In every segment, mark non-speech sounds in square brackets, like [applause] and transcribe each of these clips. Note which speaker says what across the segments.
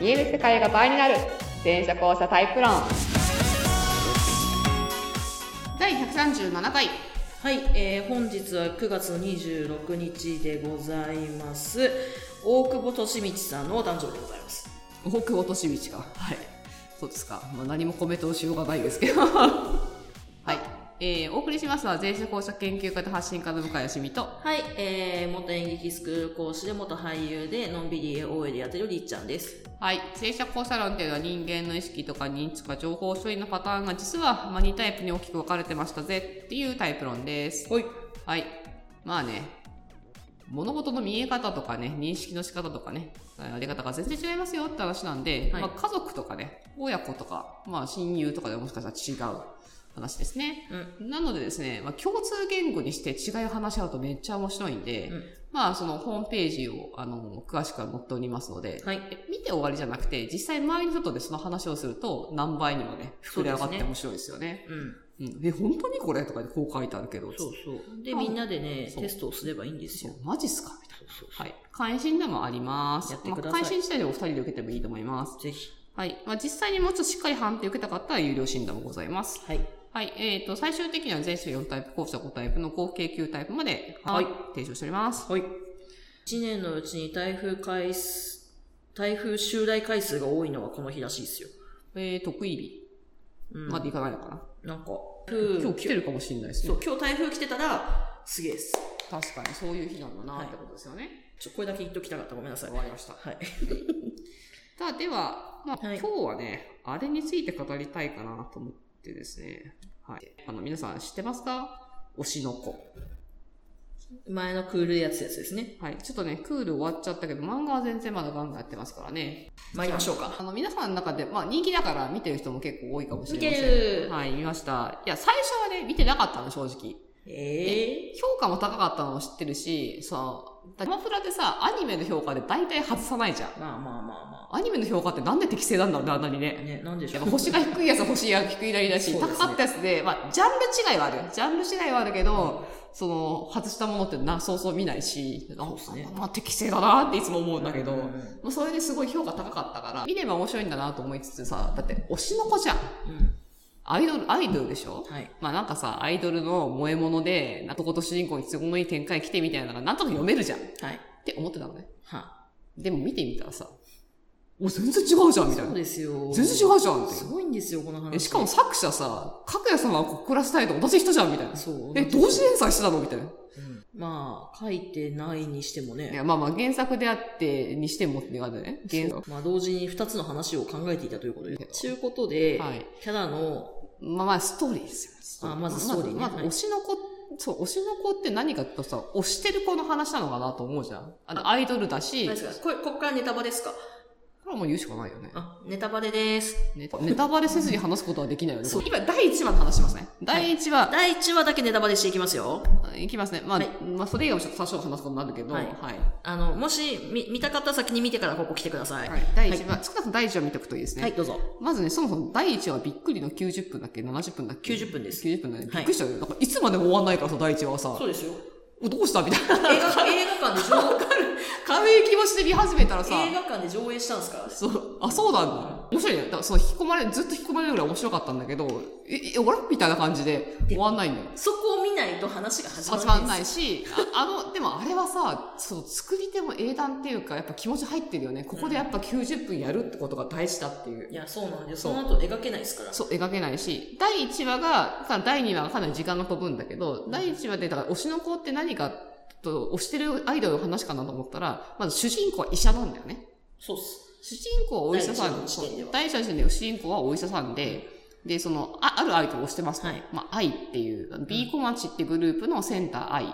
Speaker 1: 見える世界が倍になる全車交差タイプ論第137回
Speaker 2: はい、えー本日は9月26日でございます。大久保利道さんのお誕生日でございます。
Speaker 3: 大久保利道か
Speaker 2: はい。
Speaker 3: そうですか、まあ、何もコメントをしようがないですけどはい、えー、お送りしますのは全社交差研究家と発信家の向井よしみと
Speaker 2: はい、えー、元演劇スクール講師で元俳優で、のんびり OL でやってるりっちゃんです。
Speaker 3: はい正社交差論というのは人間の意識とか認知とか情報処理のパターンが実は、まあ、2タイプに大きく分かれてましたぜっていうタイプ論です
Speaker 2: はい。
Speaker 3: はいまあね物事の見え方とかね認識の仕方とかねあり方が全然違いますよって話なんで、
Speaker 2: はい
Speaker 3: まあ、家族とかね親子とか、まあ、親友とかでもしかしたら違う話ですね
Speaker 2: うん。
Speaker 3: なのでですね、まあ、共通言語にして違いを話し合うとめっちゃ面白いんで、
Speaker 2: うん
Speaker 3: まあそのホームページをあの詳しくは載っておりますので、
Speaker 2: はい。
Speaker 3: 見て終わりじゃなくて、実際周りの人とでその話をすると何倍にもね、膨れ上が
Speaker 2: そ
Speaker 3: っ
Speaker 2: うで
Speaker 3: て
Speaker 2: すね
Speaker 3: 面白いですよね。
Speaker 2: うん。
Speaker 3: うん、え、本当にこれとかでこう書いてあるけど、
Speaker 2: そうそう。で、
Speaker 3: あ
Speaker 2: みんなでね、
Speaker 3: そう
Speaker 2: テストをすればいいんです
Speaker 3: そ
Speaker 2: よ。
Speaker 3: うマジっすかみたい
Speaker 2: そうそう
Speaker 3: な。はい。関心でもあります。
Speaker 2: やってください
Speaker 3: まあ、関心自体でお二人で受けてもいいと思います。
Speaker 2: ぜひ。
Speaker 3: はい。まあ実際にもうちょっとしっかり判定受けたかったら有料診断もございます。
Speaker 2: はい。
Speaker 3: はい、えー、と、最終的には全種4タイプ、後者5タイプの合計9タイプまで、はい
Speaker 2: は、
Speaker 3: 提唱しております。
Speaker 2: はい。1年のうちに台風回数、台風襲来回数が多いのはこの日らしいですよ。
Speaker 3: えー、得意
Speaker 2: う
Speaker 3: 日
Speaker 2: ん。
Speaker 3: までいかないのかな、
Speaker 2: なんか、
Speaker 3: 今日来てるかもしれないです
Speaker 2: そ
Speaker 3: ね
Speaker 2: う。、今日台風来てたら、すげえです。
Speaker 3: 確かにそういう日なんだな
Speaker 2: はい
Speaker 3: ってことですよね。
Speaker 2: ちょ、これだけ言っときたかった。ごめんなさい。
Speaker 3: わ、かりました。
Speaker 2: はい。
Speaker 3: さあ、では、まあ、
Speaker 2: はい
Speaker 3: 今日はね、あれについて語りたいかなと思ってですね。はい。あの、皆さん知ってますか推しの子。
Speaker 2: 前のクールでやつやつですね。
Speaker 3: はい。ちょっとね、クール終わっちゃったけど、漫画は全然まだガンガンやってますからね。
Speaker 2: 参りましょうか。
Speaker 3: あの、皆さんの中で、まあ、人気だから見てる人も結構多いかもしれ
Speaker 2: 見
Speaker 3: ません。
Speaker 2: てる
Speaker 3: はい、見ました。いや、最初はね、見てなかったの、正直。
Speaker 2: ええ
Speaker 3: 評価も高かったのも知ってるし、そう、だマフラでさ、アニメの評価で大体外さないじゃん。
Speaker 2: まあまあまあま
Speaker 3: アニメの評価ってなんで適正なんだろうね、あんなに
Speaker 2: あ。
Speaker 3: ね。
Speaker 2: ね、なんでし
Speaker 3: や
Speaker 2: ょ
Speaker 3: っぱ
Speaker 2: う。
Speaker 3: 星が低いやつは星が低いなりだし、
Speaker 2: そうですね
Speaker 3: 高かったやつで、まあ、ジャンル違いはある。ジャンル違いはあるけど、その、外したものってな、そうそう見ないし、な
Speaker 2: そうですね
Speaker 3: まあ、適正だなっていつも思うんだけど、
Speaker 2: うん
Speaker 3: もうそれですごい評価高かったから、見れば面白いんだなと思いつつさ、だって推しの子じゃん。
Speaker 2: うん。
Speaker 3: アイドル、アイドルでしょ
Speaker 2: はい。
Speaker 3: まあなんかさ、アイドルの萌え物で、男と主人公に都合のいい展開来てみたいなのがなんとか読めるじゃんっ
Speaker 2: はい。
Speaker 3: て思ってたのね。
Speaker 2: は。
Speaker 3: でも見てみたらさ、お、全然違うじゃんみたい
Speaker 2: そ
Speaker 3: な
Speaker 2: う。ですよ。
Speaker 3: 全然違うじゃんっ
Speaker 2: す
Speaker 3: て。
Speaker 2: ごいんですよ、この話。
Speaker 3: えしかも作者さ、かくや様はここ暮らしたいと同じ人じゃんみたいな。
Speaker 2: そう。
Speaker 3: え、同時連載してたのみたいな。
Speaker 2: うんまあ、書いてないにしても
Speaker 3: い
Speaker 2: ね。
Speaker 3: や、まあまあ原作であって、にしてもって感じだね。原作。
Speaker 2: まあ、同時に二つの話を考えていたということで
Speaker 3: けど
Speaker 2: す。ちゅうことで、
Speaker 3: はい
Speaker 2: キャラの、
Speaker 3: まあまあストーリーですよストーリー。
Speaker 2: あまずストーリーね
Speaker 3: まずまず
Speaker 2: はい
Speaker 3: 推しの子、そう、推しの子って何かっていうとさ、推してる子の話なのかなと思うじゃん。あの、アイドルだし、
Speaker 2: あ
Speaker 3: こ
Speaker 2: れですかこれ、ここからネタバレですか
Speaker 3: れはもう言うしかないよね。
Speaker 2: あ、ネタバレです。
Speaker 3: ネタネタバレせずに話すことはできないよね。
Speaker 2: そう
Speaker 3: これ今、第1話の話しますね。第1話、
Speaker 2: 第1話だけネタバレしていきますよ。
Speaker 3: い、きますね。まあ、
Speaker 2: はい
Speaker 3: まあ、それ以外もちょっと多少話すことになるけど、
Speaker 2: は
Speaker 3: はいい。
Speaker 2: あの、もし、み、見たかったら先に見てからここ来てください。
Speaker 3: はい第1話、少なくとも第1話見ておくといいですね。
Speaker 2: はい、どうぞ。
Speaker 3: まずね、そもそも第1話びっくりの90分だっけ ?70 分だっけ
Speaker 2: 90分です
Speaker 3: 90分だね。
Speaker 2: は
Speaker 3: び
Speaker 2: い
Speaker 3: っくりしたよね。なんかいつまでも終わんないからさ、第1話はさ
Speaker 2: そ、うですよ。
Speaker 3: どうしたみたいな。
Speaker 2: 映画、映画館で上
Speaker 3: 軽い気持ちで見始めたらさ、
Speaker 2: 映画館で上映したんですから
Speaker 3: そう、あ、そうなんだ。面白いね。だからそう、引き込まれ、ずっと引き込まれるぐらい面白かったんだけど、え、え、俺みたいな感じで終わんないんだよ。
Speaker 2: そこを見ないと話が始ま
Speaker 3: 始
Speaker 2: らな
Speaker 3: ま
Speaker 2: い
Speaker 3: ん
Speaker 2: んです。
Speaker 3: ないし、ああの、でもあれはさ、その作り手も英断っていうか、やっぱ気持ち入ってるよね。ここでやっぱ90分やるってことが大事だっていう。
Speaker 2: いや、そうなんです
Speaker 3: そ
Speaker 2: よ。
Speaker 3: う
Speaker 2: その後描けないですから。
Speaker 3: そう、描けないし、第1話が、か第2話がかなり時間が飛ぶんだけど、第1話で、だから推しの子って何か、と推してるアイドルの話かなと思ったら、まず主人公は医者なんだよね。
Speaker 2: そうっす。
Speaker 3: 主人公はお医者さん
Speaker 2: 第一の視点では
Speaker 3: 第一の視点で主人公はお医者さんで、で、その、ああるアイドルを推してますと。
Speaker 2: はい
Speaker 3: まあ、愛っていう、B コマチってグループのセンター愛っ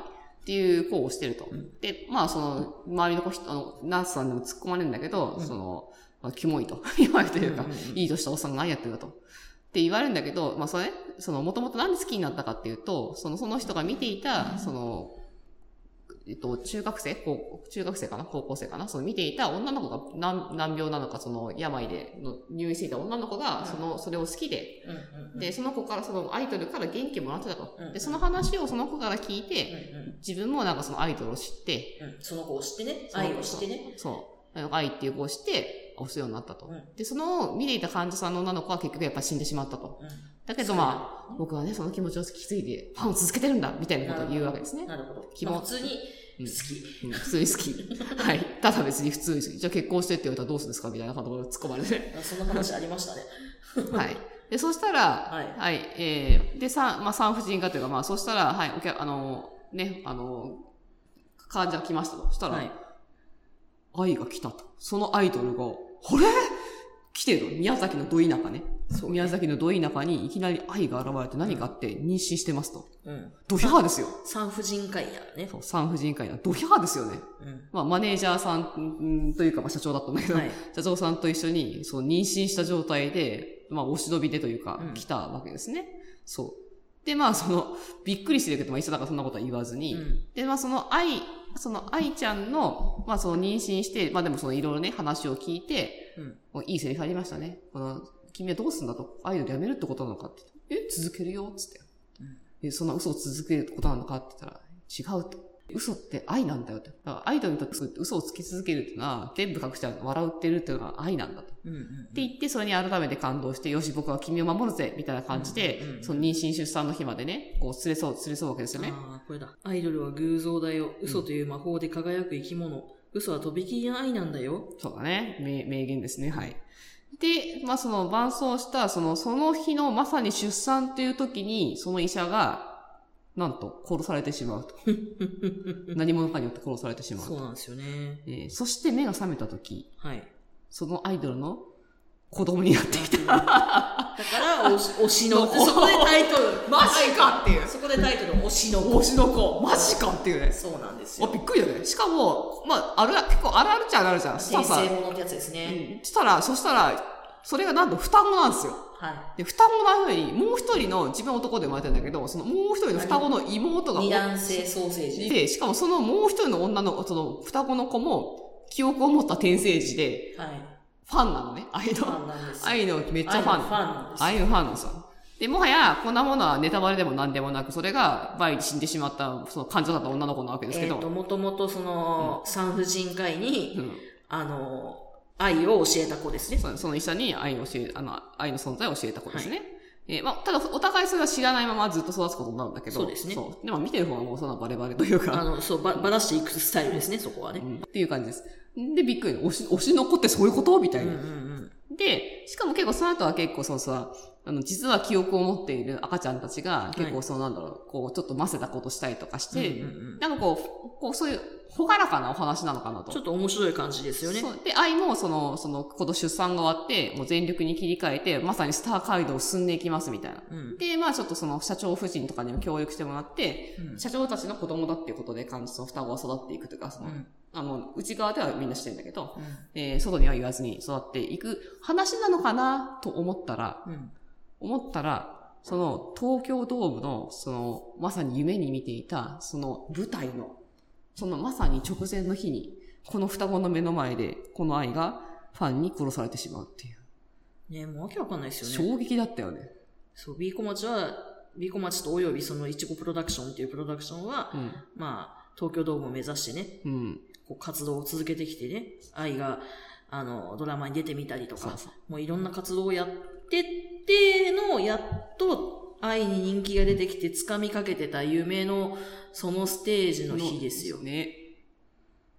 Speaker 3: ていう子を推してると。
Speaker 2: うん
Speaker 3: で、まあ、その、周りの子、人あの、ナースさんでも突っ込まれるんだけど、
Speaker 2: うん
Speaker 3: その、まあ、キモいと。 [laughs] キモいというか、
Speaker 2: うんうんうん
Speaker 3: いいとしたおっさんが何やってるだと。って言われるんだけど、まあ、それ、その、もともとなんで好きになったかっていうと、その、その人が見ていた、その、えっと、中学生高中学生かな高校生かなその見ていた女の子が難難病なのか、その病での入院していた女の子が、その、それを好きで、
Speaker 2: うんうんうん
Speaker 3: で、その子からそのアイドルから元気もらってたと
Speaker 2: うん。
Speaker 3: で、その話をその子から聞い
Speaker 2: うん
Speaker 3: て、自分もなんかそのアイドルを知って、
Speaker 2: うんうんその子を知ってね。
Speaker 3: その
Speaker 2: 愛を知ってね。
Speaker 3: そう。愛っていう子を知って、押すようになったと。
Speaker 2: うん
Speaker 3: で、その見ていた患者さんの女の子は結局やっぱ死んでしまったと。だけどまあ、僕はね、その気持ちを引き継いで、ファンを続けてるんだみたいなことを言うわけですね。
Speaker 2: なるほど。
Speaker 3: 希望
Speaker 2: まあ普通に
Speaker 3: うん
Speaker 2: 好き。
Speaker 3: うん普通に好
Speaker 2: [laughs]
Speaker 3: き。はい。ただ別に普通に好き。じゃあ結婚してって言われたらどうするんですかみたいなことを突っ込まれ
Speaker 2: [laughs]
Speaker 3: て。
Speaker 2: あそんな話ありましたね。
Speaker 3: はい。で、そしたら、
Speaker 2: は
Speaker 3: はいい。えー、で、産、まあ、産婦人科というか、まあ、そしたら、はい、お客、あの、ね、あの、患者が来ましたと。そしたら、
Speaker 2: [laughs] はい。
Speaker 3: 愛が来たと。そのアイドルが、あれ来てるの宮崎のど田舎ね。
Speaker 2: そう
Speaker 3: 宮崎のど田舎にいきなり愛が現れて何かあって妊娠してますと。
Speaker 2: うん。
Speaker 3: ドヒャーですよ。
Speaker 2: 産婦人科医やね。
Speaker 3: そう産婦人科医のドヒャーですよね。
Speaker 2: うん。
Speaker 3: まあ、マネージャーさんんというか、まあ、社長だったんだけど、
Speaker 2: はい。
Speaker 3: 社長さんと一緒に、そう、妊娠した状態で、まあ、お忍びでというか
Speaker 2: うん、
Speaker 3: 来たわけですね。そう。で、まあ、その、びっくりしてるけど、まあ、一緒だからそんなことは言わずに、
Speaker 2: うん。
Speaker 3: で、まあ、その愛、その愛ちゃんの、まあ、その妊娠して、まあ、でもそのいろいろね、話を聞いて、
Speaker 2: うん
Speaker 3: もういいセリフありましたね。この、君はどうすんだと、アイドルやめるってことなのかって言って。え、続けるよっつって
Speaker 2: うん。
Speaker 3: え、そんな嘘を続けることなのかって言ったら、違うと。嘘って愛なんだよって。だからアイドルにとって嘘をつき続けるっていうのは、全部隠して笑ってるっていうのは愛なんだと。
Speaker 2: うん。
Speaker 3: って言って、それに改めて感動して、よし、僕は君を守るぜみたいな感じで
Speaker 2: うんう、ん
Speaker 3: その妊娠出産の日までね、こう、連れそう、連れそうわけですよね。
Speaker 2: ああ、これだ。アイドルは偶像だよ。嘘という魔法で輝く生き物。嘘はとびきりの愛なんだよ。
Speaker 3: そうだね。名名言ですね。はい。で、まあ、その伴奏した、その、その日のまさに出産という時に、その医者が、なんと殺されてしまうと。何者かによって殺されてしまう
Speaker 2: そう
Speaker 3: と。
Speaker 2: なんですよね。
Speaker 3: えーそして目が覚めた時、 [laughs]
Speaker 2: はい。
Speaker 3: そのアイドルの子供になっていた。
Speaker 2: だから、おし推しの。
Speaker 3: そ
Speaker 2: で
Speaker 3: こ
Speaker 2: そこでタイトル。
Speaker 3: マジかっていう
Speaker 2: そこでタイトル、推しの。
Speaker 3: 推しの子、マジかっていうね。
Speaker 2: そうなんです
Speaker 3: あ、
Speaker 2: よ。
Speaker 3: びっくりだね。しかも、まあ、あるあ、結構あるあるっちゃあるあるじゃん。した
Speaker 2: 先
Speaker 3: らさ、
Speaker 2: 生
Speaker 3: う
Speaker 2: ものってやつですね。
Speaker 3: んしたら、そしたら、それがなんと双子なんですよ。
Speaker 2: は
Speaker 3: で、双子のふうに、もう一人の、自分男で生まれてんだけど、そのもう一人の双子の妹が
Speaker 2: い。二段性ソーセージ。
Speaker 3: で、しかもそのもう一人の女の、その双子の子も、記憶を持った転生児で、
Speaker 2: はい。
Speaker 3: ファンなのね。愛
Speaker 2: ファ
Speaker 3: の、
Speaker 2: ンなんですよ。
Speaker 3: 愛のめっちゃ
Speaker 2: 愛
Speaker 3: フ
Speaker 2: の
Speaker 3: ァン。
Speaker 2: ファンなんですよ。
Speaker 3: 愛のファンなんですよ。で、もはや、こんなものはネタバレでも何でもなく、それが、前に死んでしまった、その患者だった女の子なわけですけ
Speaker 2: えっ
Speaker 3: ど、
Speaker 2: と、もともとその、産婦人科医に、
Speaker 3: うん
Speaker 2: あの、愛を教えた子ですね。
Speaker 3: そのその医者に愛を教え、あの、愛の存在を教えた子ですね。えーまあ、ただ、お互いそれは知らないままずっと育つことになるんだけど。
Speaker 2: そうですね
Speaker 3: そう。でも見てる方はもうそんなバレバレという
Speaker 2: あ
Speaker 3: か、
Speaker 2: の、そう、ば、ばらしていくスタイルですね、そこは
Speaker 3: う
Speaker 2: ね。
Speaker 3: んっていう感じです。で、びっくり。推し、推しの子ってそういうことみた
Speaker 2: うん
Speaker 3: いうな、
Speaker 2: んうん。
Speaker 3: で、しかも結構その後は結構そのさ、あの、実は記憶を持っている赤ちゃんたちが、結
Speaker 2: は
Speaker 3: 構そのなんだろう、こう、ちょっとませたことしたりとかして、
Speaker 2: うんうんうん
Speaker 3: なんかこう、こう、そういう、ほがらかなお話なのかなと。
Speaker 2: ちょっと面白い感じですよね。
Speaker 3: そう。で、愛も、その、その、この出産が終わって、もう全力に切り替えて、まさにスター街道を進んでいきますみたいな。
Speaker 2: うん。
Speaker 3: で、まあちょっとその社長夫人とかにも協力してもらって、
Speaker 2: うん
Speaker 3: 社長たちの子供だっていうことで感じその双子は育っていくというか、その、
Speaker 2: うん
Speaker 3: あの、内側ではみんなしてんだけど、
Speaker 2: う
Speaker 3: えー外には言わずに育っていく話なのかなと思ったら、
Speaker 2: んうん。
Speaker 3: 思ったら、その東京ドームの、その、まさに夢に見ていた、その舞台の、そのまさに直前の日に、この双子の目の前で、この愛がファンに殺されてしまうっていう。
Speaker 2: ねもうわけわかんないですよね。
Speaker 3: 衝撃だったよね。
Speaker 2: そう、B コマチは、B コマチとおよびそのいちごプロダクションっていうプロダクションは、
Speaker 3: うん。
Speaker 2: まあ、東京ドームを目指してね、
Speaker 3: うん。
Speaker 2: こう活動を続けてきてね、愛が、あの、ドラマに出てみたりと
Speaker 3: そう
Speaker 2: か、
Speaker 3: そう。
Speaker 2: もういろんな活動をやってっての、やっと愛に人気が出てきて掴みかけてた夢の、そのステージの日ですよ。
Speaker 3: ね。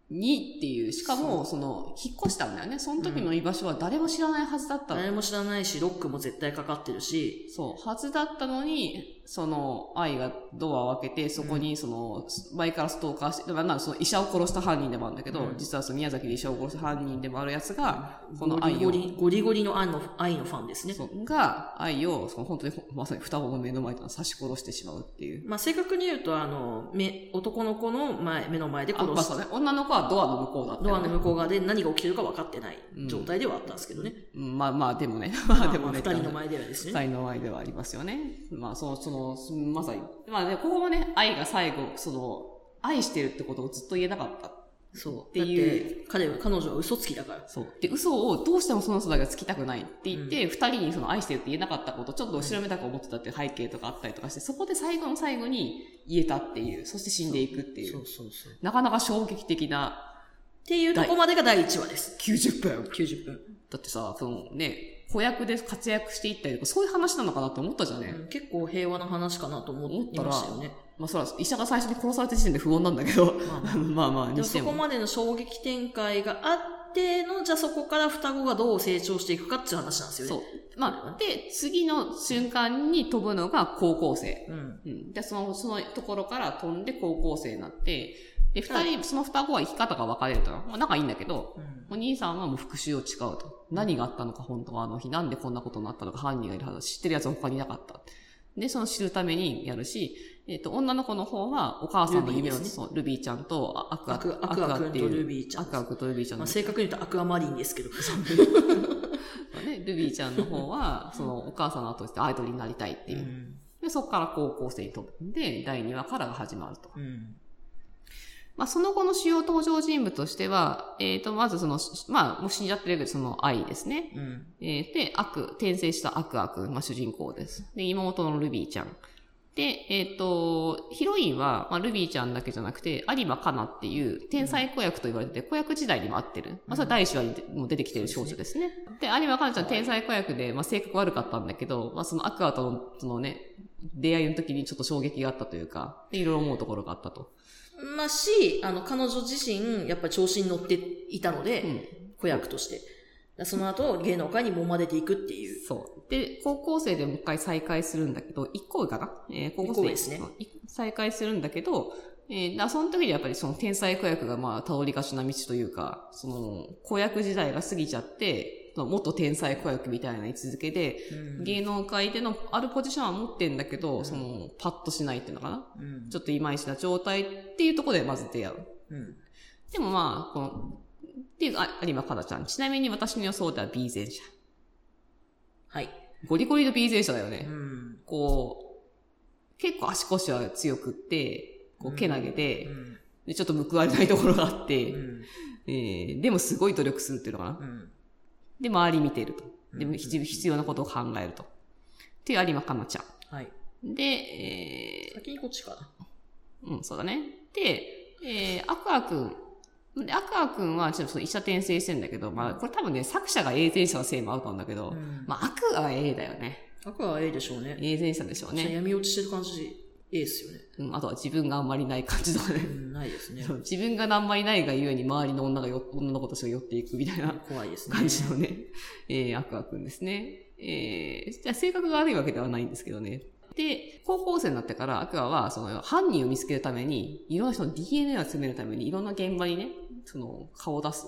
Speaker 3: にっていう、しかも、その、引っ越したんだよね。その時の居場所は誰も知らないはずだったの。
Speaker 2: 誰も知らないし、ロックも絶対かかってるし、
Speaker 3: そう、はずだったのに、その、愛がドアを開けて、そこに、その、前からストーカーして、まあなんかその医者を殺した犯人でもあるんだけど、
Speaker 2: うん
Speaker 3: 実はその宮崎で医者を殺した犯人でもあるやつが、この愛を、
Speaker 2: ゴリゴリゴリゴリの愛の愛のファンですね。
Speaker 3: そうが、愛を、その本当に、まさに双子の目の前で刺し殺してしまうっていう。
Speaker 2: まあ、正確に言うと、あの、目、男の子の前、目の前で
Speaker 3: あ、
Speaker 2: 殺
Speaker 3: まあ
Speaker 2: し
Speaker 3: そう
Speaker 2: た。
Speaker 3: ね、女の子はドアの向こうだった
Speaker 2: ド
Speaker 3: よ
Speaker 2: ア
Speaker 3: ね、
Speaker 2: の向こう側で何が起きてるか分かってない
Speaker 3: うん
Speaker 2: 状態ではあったんですけどね。
Speaker 3: うんまあまあ、でもね、 [laughs] まあでもね、
Speaker 2: まあ二人の前ではですね。
Speaker 3: 才能愛ではありますよね。まあ、その、その、まさに。まあね、ここもね、愛が最後、その、愛してるってことをずっと言えなかった。
Speaker 2: そう。
Speaker 3: っていう
Speaker 2: だって彼は、彼女は嘘つきだから。
Speaker 3: そう。で、嘘をどうしてもその人だけはつきたくないって言って、二、人にその愛してるって言えなかったこと、ちょっと後ろめたく思ってたっていう背景とかあったりとかして、そこで最後の最後に言えたっていう、そして死んでいくっていう、
Speaker 2: うそうそう。っ
Speaker 3: なかなか衝撃的な
Speaker 2: ていうとこまでが第1話です。
Speaker 3: 90分。
Speaker 2: 90分。
Speaker 3: だってさ、そのね、子役で活躍していったりとか、そういう話なのかなって思ったじゃんね。
Speaker 2: うん結構平和な話かなと思ってましたよね。
Speaker 3: まあそら、医者が最初に殺された時点で不穏なんだけど、 [laughs]
Speaker 2: まあ
Speaker 3: あのまあまあ、
Speaker 2: で
Speaker 3: に
Speaker 2: も
Speaker 3: して
Speaker 2: そこ
Speaker 3: も。
Speaker 2: までの衝撃展開があっての、じゃあそこから双子がどう成長していくかっていう話なんですよね。
Speaker 3: そう。まあ、で、次の瞬間に飛ぶのが高校生。
Speaker 2: う。ん。
Speaker 3: うん。で、その、そのところから飛んで高校生になって、で、二人、その双子は生き方が分かれると。まあ仲いいんだけど、
Speaker 2: うん
Speaker 3: お兄さんはもう復讐を誓うと。何があったのか、本当はあの日、なんでこんなことになったのか、犯人がいるはず、知ってる奴は他にいなかった。で、その知るためにやるし、えっ、と、女の子の方は、お母さんの夢を、
Speaker 2: ルビーです
Speaker 3: そう、ルビーちゃんと、あアクア、
Speaker 2: アクアクア君とルビーちゃん
Speaker 3: アクア君とルビーちゃん
Speaker 2: ま
Speaker 3: の
Speaker 2: あ、正確に言うとアクアマリンですけど。
Speaker 3: ね、ルビーちゃんの方
Speaker 2: [laughs]
Speaker 3: は、そのお母さんの後をしてアイドルになりたいって
Speaker 2: う
Speaker 3: いう。
Speaker 2: ん。
Speaker 3: で、そこから高校生に飛ぶんで、第2話からが始まると。
Speaker 2: うん。
Speaker 3: まあ、その後の主要登場人物としては、えっ、と、まずその、まあ、もう死んじゃってるけど、その愛ですね。
Speaker 2: うん。
Speaker 3: えーで、悪、転生した悪悪、まあ、主人公です。で、妹のルビーちゃん。で、えっ、と、ヒロインは、まあ、ルビーちゃんだけじゃなくて、有馬かなっていう、天才子役と言われて、子役時代にも合ってる。まあ、それは第一話にも出てきてる少女ですね。で、有馬かなちゃん天才子役で、まあ、性格悪かったんだけど、まあ、その悪悪との、そのね、出会いの時にちょっと衝撃があったというか、でいろいろ思うところがあったと。
Speaker 2: まあ、し、あの、彼女自身、やっぱ調子に乗っていたので、
Speaker 3: うん。
Speaker 2: 子役として。だからその後、芸能界に揉まれていくっていう。
Speaker 3: そう。で、高校生でもう一回再会するんだけど、一校かなえー高校生
Speaker 2: 一校ですね
Speaker 3: い再会するんだけど、えー、だその時にやっぱりその天才子役がまあ倒りがちな道というか、その子役時代が過ぎちゃって、その元天才子役みたいな位置づけで、
Speaker 2: うん
Speaker 3: 芸能界でのあるポジションは持ってんだけど、
Speaker 2: うん
Speaker 3: そのパッとしないっていうのかな
Speaker 2: うん
Speaker 3: ちょっといまいちな状態っていうところでまず出会う。
Speaker 2: うん。
Speaker 3: でもまあ、この、っていう、あ、有馬かなちゃん。ちなみに私の予想では B 前者。
Speaker 2: はい。
Speaker 3: ゴリゴリの B 前者だよね。
Speaker 2: うん。
Speaker 3: こう、結構足腰は強くって、こう、けなげで、
Speaker 2: うん。
Speaker 3: でちょっと報われないところがあって、
Speaker 2: うん。
Speaker 3: えーでもすごい努力するっていうのかな。
Speaker 2: うん。
Speaker 3: で、周り見てると。で、
Speaker 2: うん
Speaker 3: 必必要なことを考えると。っていう有馬かなちゃ
Speaker 2: はい。
Speaker 3: ん。で、え
Speaker 2: 先にこっちかな。
Speaker 3: ーうん、そうだね。で、えー、アクアくん。で、アクアくんは、ちょっとその医者転生してんだけど、まあ、これ多分ね、作者が A 前者のせいもあると思うんだけど、
Speaker 2: うん
Speaker 3: まあ、アクアは A だよね。
Speaker 2: アクアは A でしょうね。
Speaker 3: A 前者でしょうね。
Speaker 2: 闇落ちしてる感じ、A ですよね。
Speaker 3: うん、あとは自分があんまりない感じとかね
Speaker 2: う。ん、ないですね
Speaker 3: そ。う自分が何枚ないがゆえに周りの女がよ女の子たちが寄っていくみたいな
Speaker 2: 怖いですね。
Speaker 3: 感じのね、えー、アクアくんですね。えー、じゃあ性格が悪いわけではないんですけどね。で、高校生になってからアクアは、その犯人を見つけるために、いろんな人の DNA を集めるために、いろんな現場にね、その顔を出す。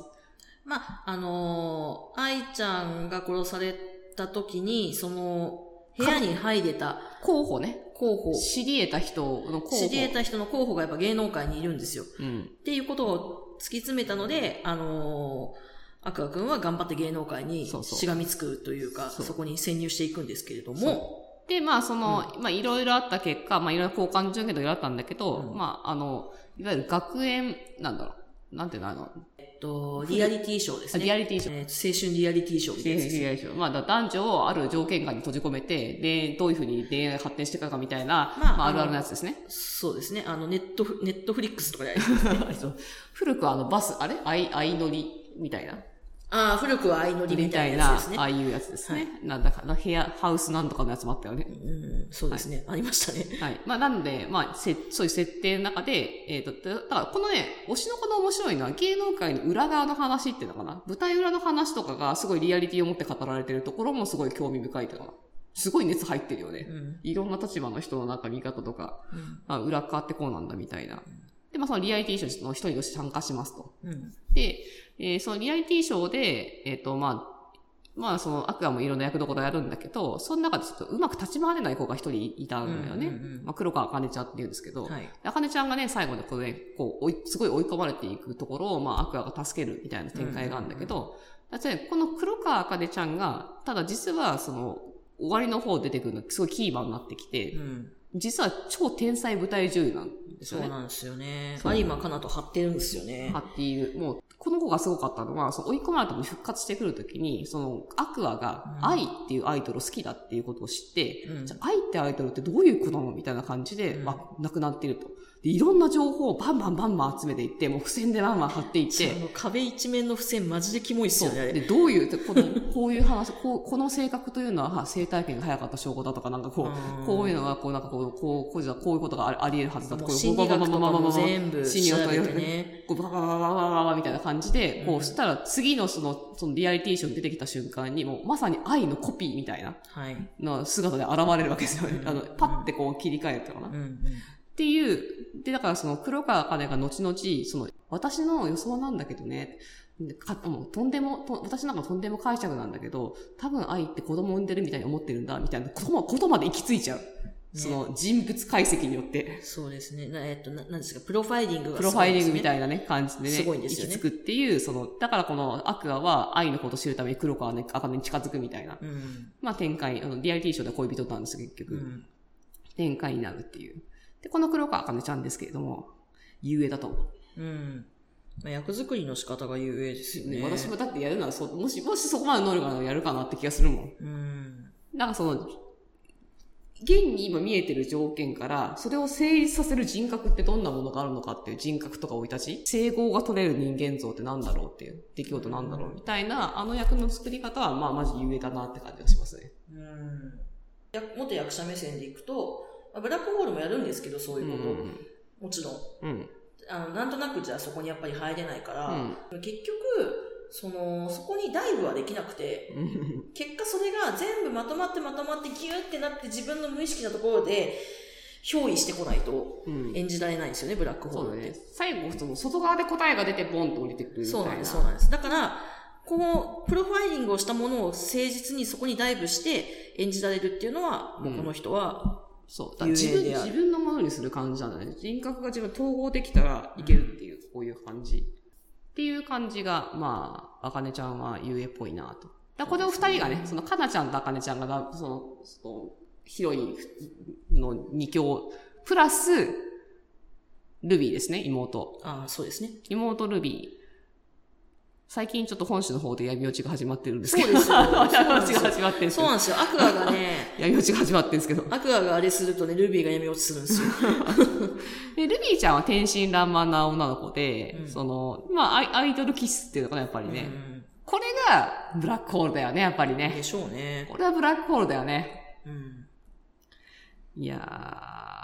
Speaker 2: まあ、あのー愛ちゃんが殺された時に、その、部屋に入れた
Speaker 3: 候補ね。
Speaker 2: 候補、
Speaker 3: 知り得た人の候補。
Speaker 2: 知り得
Speaker 3: た。
Speaker 2: た人の候補がやっぱ芸能界にいるんですよ。
Speaker 3: うん。
Speaker 2: っていうことを突き詰めたので、あのーアクア君は頑張って芸能界に
Speaker 3: そうそう
Speaker 2: しがみつくというか、そ
Speaker 3: そう
Speaker 2: こに潜入していくんですけれども、
Speaker 3: もう。で、まあ、その、まあ、いろいろあった結果、まあ、いろいろ交換条件とかいろいろあったんだけど、
Speaker 2: うん
Speaker 3: まあ、あの、いわゆる学園、なんだろう、なんていうの、あの、
Speaker 2: えっと、リアリティショーですね。
Speaker 3: リアリティショ
Speaker 2: えー青春リアリティショーみたいなやつですね
Speaker 3: まあ、だ男女をある条件下に閉じ込めて、で、どういうふうに恋愛が発展していくかみたいな、
Speaker 2: ま
Speaker 3: ま
Speaker 2: あ
Speaker 3: あ、
Speaker 2: あ
Speaker 3: あ
Speaker 2: の
Speaker 3: るあるのやつですね。 [laughs]
Speaker 2: そうですね。あの、ネットフ、ネットフリックスとかで。
Speaker 3: 古くはあの、バス、あれ相、相乗りみたいな。
Speaker 2: ああ、古くは相乗りみ
Speaker 3: み
Speaker 2: た
Speaker 3: た
Speaker 2: い
Speaker 3: い
Speaker 2: なや
Speaker 3: な、
Speaker 2: つですね
Speaker 3: あ。あいうやつですね。なんだかな、部屋、ハウスなんとかのやつもあったよね。
Speaker 2: うん、そうですね。ありましたね。
Speaker 3: はい。まあ、なので、まあ、せ、そういう設定の中で、えっ、と、だだから、このね、推しの子の面白いのは、芸能界の裏側の話っていうのかな。舞台裏の話とかが、すごいリアリティを持って語られてるところもすごい興味深いというか、すごい熱入ってるよね。
Speaker 2: うん。
Speaker 3: いろんな立場の人のなんか見方とか、あ裏側ってこうなんだみたいな。で、まあそのリアリティショーの一人として参加しますと。
Speaker 2: うん。
Speaker 3: で、えーそのリアリティショーで、えっ、と、まあ、まあそのアクアもいろんな役どころやるんだけど、その中でちょっとうまく立ち回れない子が一人いたんだよね。
Speaker 2: うんうんうん
Speaker 3: まあ黒川あかねちゃんって言うんですけど、
Speaker 2: はい。
Speaker 3: あかねちゃんがね、最後でこれ、こう、追いすごい追い込まれていくところを、まあ、アクアが助けるみたいな展開があるんだけど、だってこの黒川あかねちゃんが、ただ実は、その、終わりの方出てくるのがすごいキーマンになってきて
Speaker 2: う、ん。
Speaker 3: 実は超天才舞台女優なんです
Speaker 2: そう
Speaker 3: よね。
Speaker 2: なんですよね。
Speaker 3: そう
Speaker 2: 有馬かなと張ってるんですよね
Speaker 3: 張。っている。もう、この子がすごかったのは、その追い込まれたのに復活してくるときに、その、アクアが、
Speaker 2: うん
Speaker 3: 愛っていうアイドルを好きだっていうことを知って、
Speaker 2: うん
Speaker 3: じゃあ愛ってアイドルってどういう子なのみたいな感じで、
Speaker 2: うん
Speaker 3: まあ、亡くなっていると。で、いろんな情報をバンバンバンバン集めていって、もう付箋でバンバン貼っていっ
Speaker 2: あ
Speaker 3: て、
Speaker 2: の壁一面の付箋マジでキモいっす
Speaker 3: そう。
Speaker 2: よね、あ
Speaker 3: で、
Speaker 2: れ。
Speaker 3: どういう、でこの、こういう話、こう、この性格というのはは生体験が早かった証拠だとか、なんかこ
Speaker 2: うん
Speaker 3: う、こういうのは、こう、なんかこう、こう、こうじゃ、こういうことがありあり得るはずだと
Speaker 2: も
Speaker 3: か、こ
Speaker 2: う
Speaker 3: う
Speaker 2: 心理学とかも全部
Speaker 3: 心理
Speaker 2: 調
Speaker 3: 学とか
Speaker 2: べてね。
Speaker 3: こうババババババババみたいな感じで、こ
Speaker 2: うん
Speaker 3: うしたら次のその、そのリアリティショーに出てきた瞬間に、もうまさに愛のコピーみたいな、
Speaker 2: はい。
Speaker 3: の姿で現れるわけですよね。あの、パッてこう切り替えたかな。
Speaker 2: うんうん。
Speaker 3: っていう、で、だからその黒川茜が後々、その、私の予想なんだけどね、でかもうとんでもと、私なんかとんでも解釈なんだけど、多分愛って子供産んでるみたいに思ってるんだ、みたいなこともことまで行き着いちゃう。その人物解析によって、
Speaker 2: そうですね。なえっと、ななんですか、プロファイリングが
Speaker 3: プロファイリングみた
Speaker 2: い
Speaker 3: いなね、感じでね、
Speaker 2: すごいんですよね
Speaker 3: 行き着くっていう、その、だからこのアクアは愛のことを知るために黒川茜茜に近づくみたいな、
Speaker 2: な。
Speaker 3: まあ展開、あの、リアリティショーで恋人なんですよ、結
Speaker 2: う
Speaker 3: 局。
Speaker 2: ん。うん。
Speaker 3: 展開になるっていう。で、この黒川茜ちゃんですけれども、有栄だと思う。
Speaker 2: うん。まあ、役作りの仕方が有益ですよね。
Speaker 3: 私もだってやるならそ、もし、もしそこまで能力があるならやるかなって気がするもん。
Speaker 2: うん。
Speaker 3: なんかその、現に今見えてる条件から、それを成立させる人格ってどんなものがあるのかっていう人格とか生い立ち、整合が取れる人間像ってなんだろうっていう、出来事なんだろうみたいな、あの役の作り方は、まあ、マジ有栄だなって感じがしますね。
Speaker 2: うん。や元役者目線でいくと、まあブラックホールもやるんですけど、そう
Speaker 3: う
Speaker 2: い
Speaker 3: ん
Speaker 2: うこと。もちろん。
Speaker 3: うん。
Speaker 2: あの、なんとなくじゃあそこにやっぱり入れないか
Speaker 3: う
Speaker 2: ら、
Speaker 3: ん。
Speaker 2: 結局、その、そこにダイブはできなくて、
Speaker 3: うん。
Speaker 2: 結果それが全部まとまってまとまってギュってなって自分の無意識なところで憑依してこないと
Speaker 3: うん。
Speaker 2: 演じられないんですよね、ブラックホ
Speaker 3: そう
Speaker 2: ー
Speaker 3: だ
Speaker 2: ルって。
Speaker 3: ね。最後、その外側で答えが出てボンと降りてくるみたいな。
Speaker 2: そうなんです、そうなんです。だから、このプロファイリングをしたものを誠実にそこにダイブして演じられるっていうのは、もうこの人は、
Speaker 3: そう。だから自
Speaker 2: 有
Speaker 3: 分、
Speaker 2: 名である
Speaker 3: 自分のものにする感じなんだね。人格が自分統合できたらいけるっていう、こういう感じ。っていう感じが、まあ、あかねちゃんはゆえっぽいなと。だからこれを二人がね、そのかなちゃんとあかねちゃんがだ、その、その、ヒロインの二強、プラス、ルビーですね、妹。
Speaker 2: ああ、そうですね。
Speaker 3: 妹ルビー。最近ちょっと本州の方で闇落ちが始まってるんです
Speaker 2: そう
Speaker 3: けど。
Speaker 2: ですよ
Speaker 3: [laughs] 闇落ちが始まってるんです
Speaker 2: そ
Speaker 3: け
Speaker 2: う
Speaker 3: ど
Speaker 2: なん。ですよ。アクアがね、
Speaker 3: 闇落ちが始まってるんですけど。
Speaker 2: アクアがあれするとね、ルビーが闇落ちするんですよ。
Speaker 3: で、ルビーちゃんは天真爛漫な女の子で、
Speaker 2: うん
Speaker 3: その、まあアイ、アイドル気質っていうのかな、やっぱりね。
Speaker 2: う
Speaker 3: これが、ブラックホールだよね、やっぱり
Speaker 2: ん
Speaker 3: ね。
Speaker 2: でしょうね。
Speaker 3: これはブラックホールだよね。
Speaker 2: うん。
Speaker 3: いや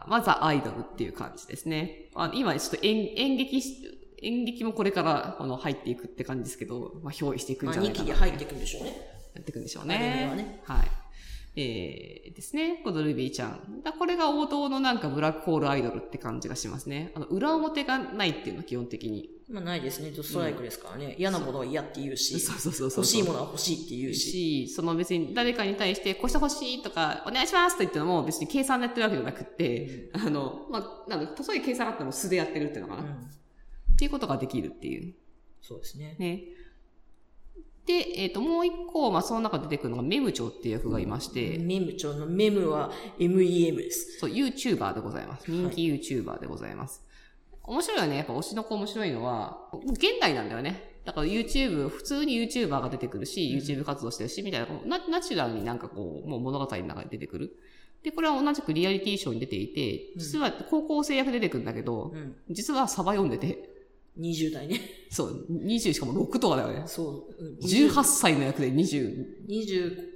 Speaker 3: ー、まずはアイドルっていう感じですね。あ今、ちょっと演演劇し、演劇もこれから、この、入っていくって感じですけど、まあ、憑依していくん
Speaker 2: まあ、
Speaker 3: じゃない
Speaker 2: 2
Speaker 3: か
Speaker 2: 期
Speaker 3: な。
Speaker 2: で入っていくんでしょうね。
Speaker 3: やっていくんでしょう
Speaker 2: アニメ
Speaker 3: ね。
Speaker 2: はね
Speaker 3: はい。えー、ですね。このルビーちゃん。だこれが王道のなんかブラックホールアイドルって感じがしますね。あの、裏表がないっていうのは基本的に。
Speaker 2: まあないですね。ストライクですからね。嫌なものは嫌って言うし、
Speaker 3: そうそうそうそう。
Speaker 2: 欲しいものは欲しいって言うし。
Speaker 3: し、その別に誰かに対して、こうしてほしいとか、お願いしますと言っても別に計算でやってるわけじゃなくって、あの、まあ、なんか、細い計算があっても素でやってるっていうのか
Speaker 2: う
Speaker 3: な、っ
Speaker 2: ん、
Speaker 3: ていうことができるっていう。
Speaker 2: そうですね。
Speaker 3: ね。で、えっ、と、もう一個、まあ、その中で出てくるのがメム長っていう役がいまして、
Speaker 2: メム長のメムは MEM です。
Speaker 3: そう、YouTuber でございます。人気 YouTuber でございます。面白いよね。やっぱ推しの子面白いのは、現代なんだよね。だから YouTube、普通に YouTuber が出てくるし、YouTube 活動してるし、みたいな、こうナナチュラルになんかこう、もう物語の中に出てくる。で、これは同じくリアリティショーに出ていて、
Speaker 2: うん
Speaker 3: 実は高校生役で出てくるんだけど
Speaker 2: う、ん。
Speaker 3: 実はサバ読んでて、
Speaker 2: 20代ね。
Speaker 3: そう、20しかも6とかだよね。
Speaker 2: そう。うん
Speaker 3: 18歳の役で20、
Speaker 2: 20、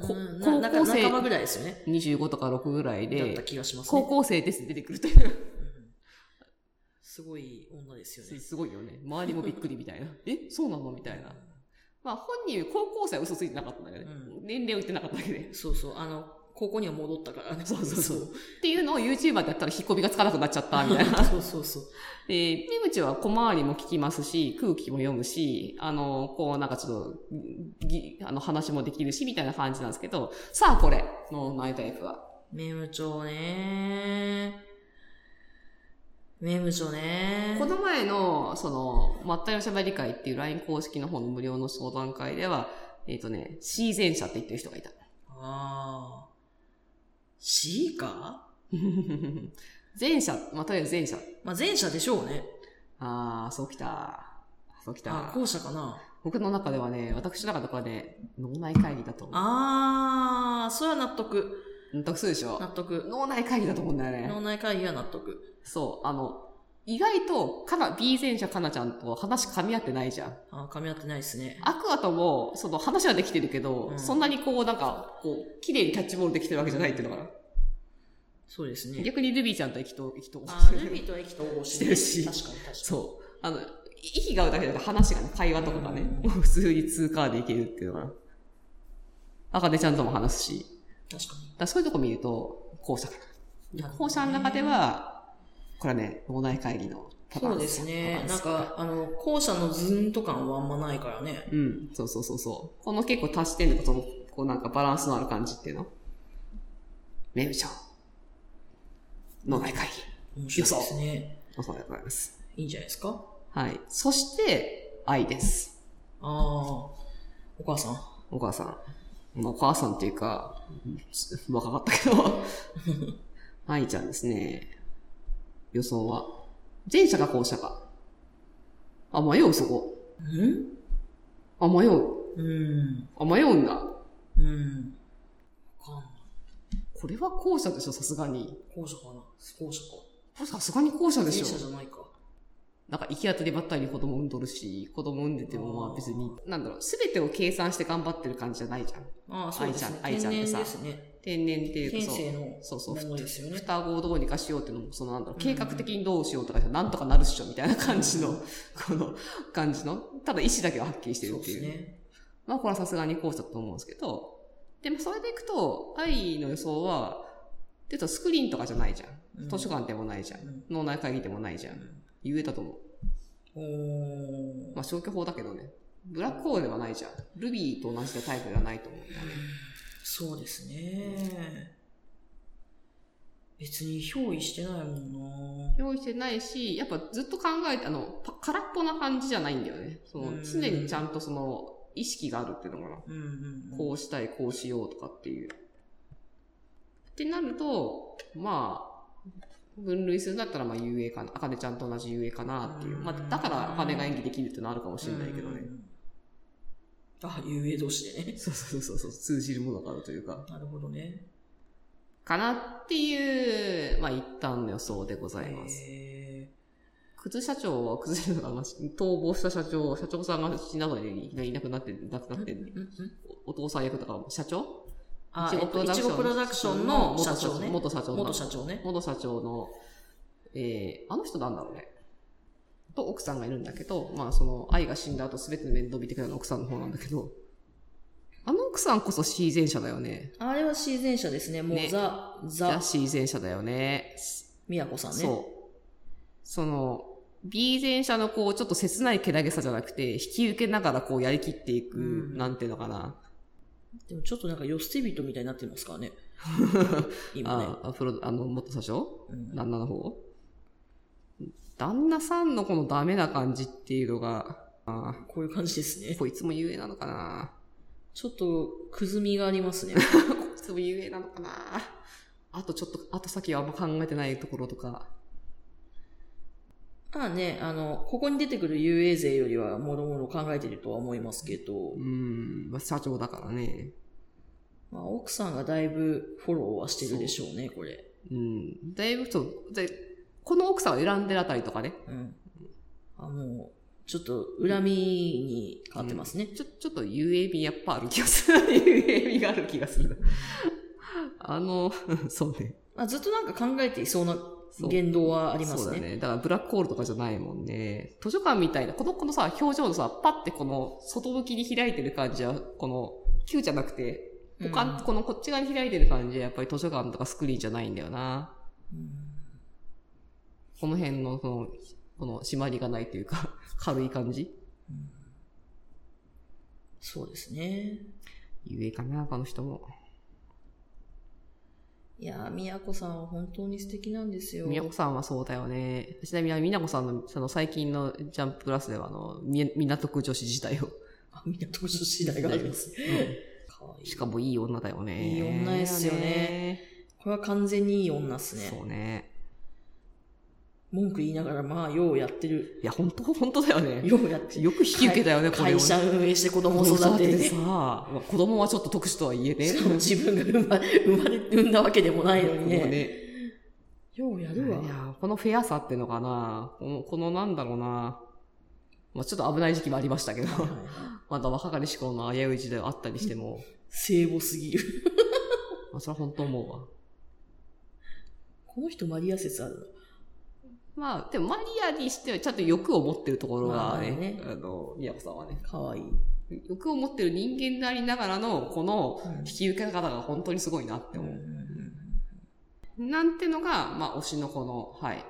Speaker 3: こ
Speaker 2: うん
Speaker 3: 高校
Speaker 2: なな
Speaker 3: 生
Speaker 2: 半ばぐらいですよね。
Speaker 3: 25とか6ぐらい
Speaker 2: だった
Speaker 3: で、
Speaker 2: 気がしますね。
Speaker 3: 高校生ですって出てくるという。
Speaker 2: うんすごい女ですよ
Speaker 3: す
Speaker 2: ね。
Speaker 3: すごいよね。周りもびっくりみたいな。え、そうなのみたいな。まあ本人、高校生は嘘ついてなかったんだけどね。
Speaker 2: う
Speaker 3: 年齢を言ってなかっただけで。
Speaker 2: そうそう。あの、高校には戻ったからね。
Speaker 3: そうそうそう。っていうのを YouTuber でやったら引っ込みがつかなくなっちゃった、みたい
Speaker 2: [laughs]
Speaker 3: な。
Speaker 2: そうそうそう。
Speaker 3: で、ミムチは小回りも聞きますし、空気も読むし、あの、こうなんかちょっと、ぎあの話もできるし、みたいな感じなんですけど、さあこれのナイタイプは。
Speaker 2: メム長ねメム長ね
Speaker 3: この前の、その、まったりおしゃべり会っていう LINE 公式の方の無料の相談会では、えっ、とね、シーゼン社って言ってる人がいた。
Speaker 2: ああ。C か
Speaker 3: [laughs] 前者、まあ、とりあえず前者。
Speaker 2: まあ、前者でしょうね。
Speaker 3: ああ、そうきた。そうき
Speaker 2: あ
Speaker 3: た、。
Speaker 2: 後者かな。
Speaker 3: 僕の中ではね、私の中ではね、脳内会議だと思う。
Speaker 2: ああ、それは納得。
Speaker 3: 納得するでしょ
Speaker 2: 納得。
Speaker 3: 脳内会議だと思うんだよね。
Speaker 2: 脳内会議は納得。
Speaker 3: そう、あの、意外と、かな、B 前者かなちゃんと話噛み合ってないじゃん。
Speaker 2: あー、噛み合ってないですね。
Speaker 3: アクアとも、その話はできてるけど、
Speaker 2: うん
Speaker 3: そんなにこう、なんか、こう、綺麗にキャッチボールできてるわけじゃないっていうのかな。
Speaker 2: そうですね。
Speaker 3: 逆にルビーちゃんと意気投意気投合
Speaker 2: あ
Speaker 3: し
Speaker 2: ー、
Speaker 3: て
Speaker 2: ルビ
Speaker 3: る。
Speaker 2: ーとエキと [laughs] 応募
Speaker 3: してるし
Speaker 2: 確かに確かに。
Speaker 3: そう。あの、息が合うだけだと話がね、会話とかがね、
Speaker 2: う
Speaker 3: 普通に通過でいけるっていうのかな。あかねちゃんとも話すし。
Speaker 2: 確か
Speaker 3: だからそういうとこ見ると、後者か
Speaker 2: に。
Speaker 3: な。後者の中では、これはね、脳内会議のパター
Speaker 2: そ
Speaker 3: ン
Speaker 2: うですす
Speaker 3: パター
Speaker 2: ね。
Speaker 3: ンで
Speaker 2: なん
Speaker 3: す
Speaker 2: か、あの、後者のズンと感はあんまないからね。
Speaker 3: うん、そうそうそうそう。この結構足してんのと、その、こうなんかバランスのある感じっていうの。メムション。脳内会
Speaker 2: 面白いですね。
Speaker 3: 議。そうでございます。
Speaker 2: いいんじゃないですか
Speaker 3: はい。そして、愛です。
Speaker 2: ああ、お母さん。
Speaker 3: お母さん。まあ、お母さんっていうか、うん若かったけ
Speaker 2: [laughs]
Speaker 3: ど。愛ちゃんですね。予想は。前者か後者か。あ、迷うそこ。
Speaker 2: うん
Speaker 3: あ、迷う。
Speaker 2: うん。
Speaker 3: あ、迷うんだ。
Speaker 2: うん。わかんない。
Speaker 3: これは後者でしょ、さすがに。
Speaker 2: 後者かな後者か。
Speaker 3: これさすがに後者で
Speaker 2: 前
Speaker 3: しょ。
Speaker 2: 者じゃないか。
Speaker 3: なんか行き当たりばったりに子供産んどるし、子供産んでてもまあ別に、なんだろう、すべてを計算して頑張ってる感じじゃないじゃん。
Speaker 2: ああ、そうですね。
Speaker 3: 愛
Speaker 2: 天
Speaker 3: ちゃん
Speaker 2: 然
Speaker 3: 愛ちゃんっ
Speaker 2: で
Speaker 3: てさ
Speaker 2: すね。
Speaker 3: 天然っていう
Speaker 2: 天
Speaker 3: か
Speaker 2: 性の
Speaker 3: そう、そうそう、
Speaker 2: ものですよね。
Speaker 3: 双子をどうにかしようっていうのも、そのなんだろう、
Speaker 2: うん
Speaker 3: 計画的にどうしようとかじゃなんとかなるっしょみたいな感じの、 [laughs] この感じの、ただ意思だけははっきりしてる
Speaker 2: そう
Speaker 3: っ
Speaker 2: で
Speaker 3: てい
Speaker 2: す
Speaker 3: う。
Speaker 2: ね。
Speaker 3: まあこれはさすがに後者だと思うんですけど、でもそれでいくと、愛の予想は、でとスクリーンとかじゃないじゃん。
Speaker 2: うん
Speaker 3: 図書館でもないじゃん。
Speaker 2: うん
Speaker 3: 脳内会議でもないじゃん。ゆえだと思う。
Speaker 2: おー
Speaker 3: まあ、消去法だけどね。ブラックホールではないじゃん。ルビーと同じでタイプではないと思うんだよね。
Speaker 2: そうですね。別に憑依してないもんな。
Speaker 3: 用意してないし、やっぱずっと考えて、あの、パ空っぽな感じじゃないんだよね。そ
Speaker 2: うん
Speaker 3: の、常にちゃんとその、意識があるっていうのかな。
Speaker 2: うんうんうん。
Speaker 3: こうしたい、こうしようとかっていう。ってなると、まあ、分類するんだったら、まあ、遊泳かな。あかねちゃんと同じ遊泳かなっていう。まあ、だから、あかねが演技できるっていうのはあるかもしれないけどね
Speaker 2: う。ん。あ、遊泳同士でね。 [laughs]
Speaker 3: そうそうそうそう、通じるものがあるというか。
Speaker 2: なるほどね。
Speaker 3: かなっていう、まあ、一旦の予想でございます。
Speaker 2: へ
Speaker 3: くず社長は、くず社長が、まあ逃亡した社長、社長さんが死などでいきなりいなくなって、亡くな
Speaker 2: ー
Speaker 3: って、
Speaker 2: うんうん
Speaker 3: おお父さん役だから、社長
Speaker 2: あ、
Speaker 3: いち
Speaker 2: え
Speaker 3: ご
Speaker 2: っと
Speaker 3: プロダ
Speaker 2: い
Speaker 3: クシ
Speaker 2: ち
Speaker 3: ョン
Speaker 2: ごプロダクションの社長ね。
Speaker 3: 元社長
Speaker 2: 元社長ね。
Speaker 3: 元社長の、えー、あの人なんだろうね。と奥さんがいるんだけど、まあその、愛が死んだ後全ての面倒を見てくれるのは奥さんの方なんだけど、あの奥さんこそ C 前者だよね。
Speaker 2: あれは自然者ですね。もう
Speaker 3: ね
Speaker 2: ザ、
Speaker 3: ザ
Speaker 2: ザ、
Speaker 3: C 前者だよね。
Speaker 2: 宮子さんね。
Speaker 3: そう。その、B 前者のこう、ちょっと切ないけなげさじゃなくて、引き受けながらこうやりきっていく、
Speaker 2: うん
Speaker 3: なんていうのかな。
Speaker 2: でもちょっとなんか寄捨て人みたいになってま
Speaker 3: [laughs]
Speaker 2: すからね。今ね
Speaker 3: あ、あプロ、あの、元社長
Speaker 2: うん。
Speaker 3: 旦那の方旦那さんのこのダメな感じっていうのが、あ
Speaker 2: こういう感じですね
Speaker 3: ー。こいつも有名なのかな
Speaker 2: ちょっと、くずみがありま
Speaker 3: [laughs]
Speaker 2: すね。
Speaker 3: こいつも有名なのかなあとちょっと、あと先はあんま考えてないところとか。
Speaker 2: まあね、あの、ここに出てくる遊泳勢よりは、もろもろ考えてるとは思いますけど
Speaker 3: う、ん、まあ、社長だからね。
Speaker 2: まあ、奥さんがだいぶフォローはしてるでしょうね、これ。
Speaker 3: うん。だいぶ、そう、で、この奥さんを選んでるあたりとかね。
Speaker 2: うん。あ、もう、ちょっと、恨みに変わってますね。
Speaker 3: ちょ、ちょっと UAB やっぱある気がする。UAB がある気がする。あの、 [laughs] うんそうね。
Speaker 2: まあ、ずっとなんか考えていそうな
Speaker 3: そう
Speaker 2: 言動はあります
Speaker 3: そうだ
Speaker 2: ね。
Speaker 3: ね。だからブラックホールとかじゃないもんね。図書館みたいな、この、このさ、表情のさ、パってこの、外向きに開いてる感じは、この、Q じゃなくて、
Speaker 2: うん
Speaker 3: 他、このこっち側に開いてる感じは、やっぱり図書館とかスクリーンじゃないんだよな。
Speaker 2: うん
Speaker 3: この辺の、その、この、締まりがないというか、 [laughs] 軽い感じ。
Speaker 2: そうですね。
Speaker 3: ゆえかな、この人も。
Speaker 2: いやー、宮子さんは本当に素敵なんですよ。
Speaker 3: みやこさんはそうだよね。ちなみに、みなこさんの、その最近のジャンププラスでは、あの、み港区女子時代を。
Speaker 2: あ、港女子代があります。かわいい。
Speaker 3: しかもいい女だよね。
Speaker 2: いい女ですよね。これは完全にいい女っすね。
Speaker 3: そうね。
Speaker 2: 文句言いながら、まあ、ようやってる。
Speaker 3: いや、本当本当だよね。
Speaker 2: ようやってる。
Speaker 3: よく引き受けたよね、これを
Speaker 2: 会
Speaker 3: ね。
Speaker 2: 社運営して子供
Speaker 3: 子供
Speaker 2: を育
Speaker 3: 育
Speaker 2: て
Speaker 3: て
Speaker 2: て
Speaker 3: て
Speaker 2: ね
Speaker 3: さ、。まあ子供はちょっと特殊とはいえね。
Speaker 2: [laughs] しかも自分が生ま生まれ、産んだわけでもないのに
Speaker 3: もう
Speaker 2: ね。
Speaker 3: ね
Speaker 2: ようや
Speaker 3: い
Speaker 2: るわ。
Speaker 3: やこのフェアさってのかなこの、このなんだろうなまあちょっと危ない時期もありましたけど、 [laughs] まだ若かりし頃の危うい時代はあったりしても、
Speaker 2: 聖母すぎる。
Speaker 3: まあそれは本当思うわ。
Speaker 2: この人マリア説あるの
Speaker 3: まあ、でもマリアにしてはちゃんと欲を持ってるところがね、
Speaker 2: まあね
Speaker 3: あの、宮子さんはね、
Speaker 2: かわいい。
Speaker 3: 欲を持ってる人間でありながらの、この
Speaker 2: うん
Speaker 3: 引き受け方が本当にすごいなって
Speaker 2: うんう
Speaker 3: 思
Speaker 2: ん
Speaker 3: う。なんてのが、まあ推しのこの、はい、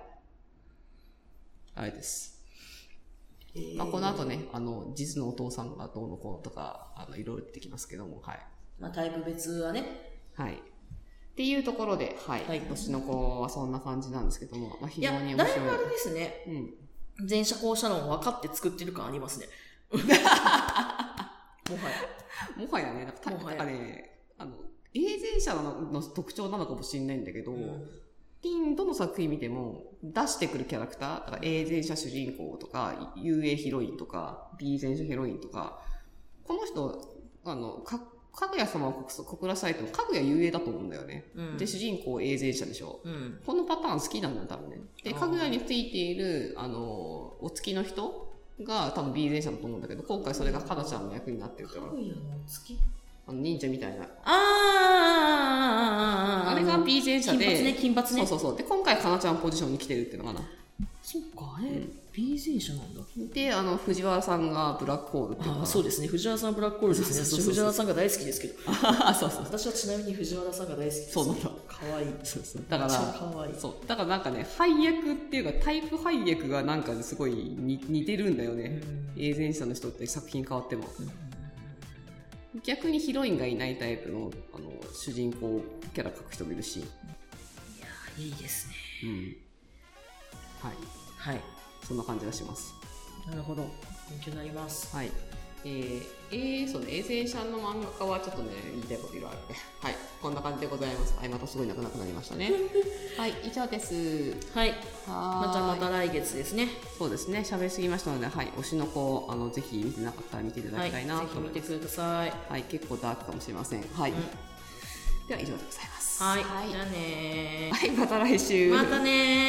Speaker 3: あれです。
Speaker 2: うん
Speaker 3: まあ、この後。ね、あの、実のお父さんがどうのこうのとか、あの、いろいろ出てきますけども、はい。
Speaker 2: まあ、タイプ別はね。
Speaker 3: はい。っていうところで、はい。
Speaker 2: はい
Speaker 3: 年の子はそんな感じなんですけども、まあ、非
Speaker 2: いや、
Speaker 3: 常
Speaker 2: だ
Speaker 3: に
Speaker 2: いぶ
Speaker 3: 面
Speaker 2: あ
Speaker 3: 白い。
Speaker 2: れですね。
Speaker 3: うん。
Speaker 2: 前者後者論分かって作ってる感あり
Speaker 3: [laughs]
Speaker 2: ますね。もはや。
Speaker 3: もはやね、なんか、た
Speaker 2: もは
Speaker 3: な
Speaker 2: や
Speaker 3: んかね、あの、永前者のの特徴なのかもしれないんだけど、ピンどの作品見ても出してくるキャラクター、だから永前者主人公とか、遊泳ヒロインとか、B 前者ヒロインとか、この人、あの、か、かぐや様を告訴告らされても、かぐや遊泳だと思うんだよね。
Speaker 2: うん
Speaker 3: で、主人公永前者でしょ。
Speaker 2: うん。
Speaker 3: このパターン好きなんだよ、多分ね。で、
Speaker 2: あー
Speaker 3: かぐやについている、あの、お月の人が多分 B 前者だと思うんだけど、今回それがかなちゃんの役になってるから、
Speaker 2: やの月
Speaker 3: あの、忍者みたいな。
Speaker 2: あーあーあーあーあー
Speaker 3: あれが B 前者
Speaker 2: 金
Speaker 3: で、
Speaker 2: 髪ね、金髪
Speaker 3: そう
Speaker 2: ね。
Speaker 3: そうそう。で、今回かなちゃんポジションに来てるっていうのかな。
Speaker 2: そうか、あれ、BJ 社なんだ。
Speaker 3: で、あの、藤原さんがブラックホールっていう
Speaker 2: あ
Speaker 3: か。
Speaker 2: あ、そうですね。藤原さんブラックホールですね。
Speaker 3: そうそうそう
Speaker 2: 私
Speaker 3: そう
Speaker 2: 藤原さん
Speaker 3: [laughs]
Speaker 2: が大好きですけど。
Speaker 3: あそうそう。
Speaker 2: 私はちなみに藤原さんが大好きです。
Speaker 3: そうなんだ
Speaker 2: かわいい。
Speaker 3: そうそう。だか
Speaker 2: めっちゃ
Speaker 3: ら、
Speaker 2: かわいい。
Speaker 3: そう。だからなんかね、配役っていうか、タイプ配役がなんかねすごい似似てるんだよね。永前者の人って作品変わっても。逆にヒロインがいないタイプの、あの、主人公キャラ書く人もいるし。
Speaker 2: いいですね。
Speaker 3: うん。はい。
Speaker 2: はい。
Speaker 3: そんな感じがします。
Speaker 2: なるほど。勉強になります。
Speaker 3: はい。えー、えー、そうね、永前者の漫画家はちょっとね、言いたいこといろいろあるね。はい。こんな感じでございます。はい、またすごい長くなりました
Speaker 2: [laughs]
Speaker 3: ね。はい、以上です。
Speaker 2: はい。
Speaker 3: はーい
Speaker 2: またまた来月ですね。
Speaker 3: そうですね喋りすぎましたので、はい、推しの子をあのぜひ見てなかったら見ていただ
Speaker 2: は
Speaker 3: き
Speaker 2: い。ぜ
Speaker 3: たいなと
Speaker 2: ひ
Speaker 3: 思
Speaker 2: 見
Speaker 3: い
Speaker 2: て
Speaker 3: ます、
Speaker 2: ください。
Speaker 3: はい結構ダークかもしれませんはい、
Speaker 2: うん
Speaker 3: では以上でございます
Speaker 2: はい。
Speaker 3: はい
Speaker 2: じゃあね
Speaker 3: はいまた来週
Speaker 2: ー。またねー。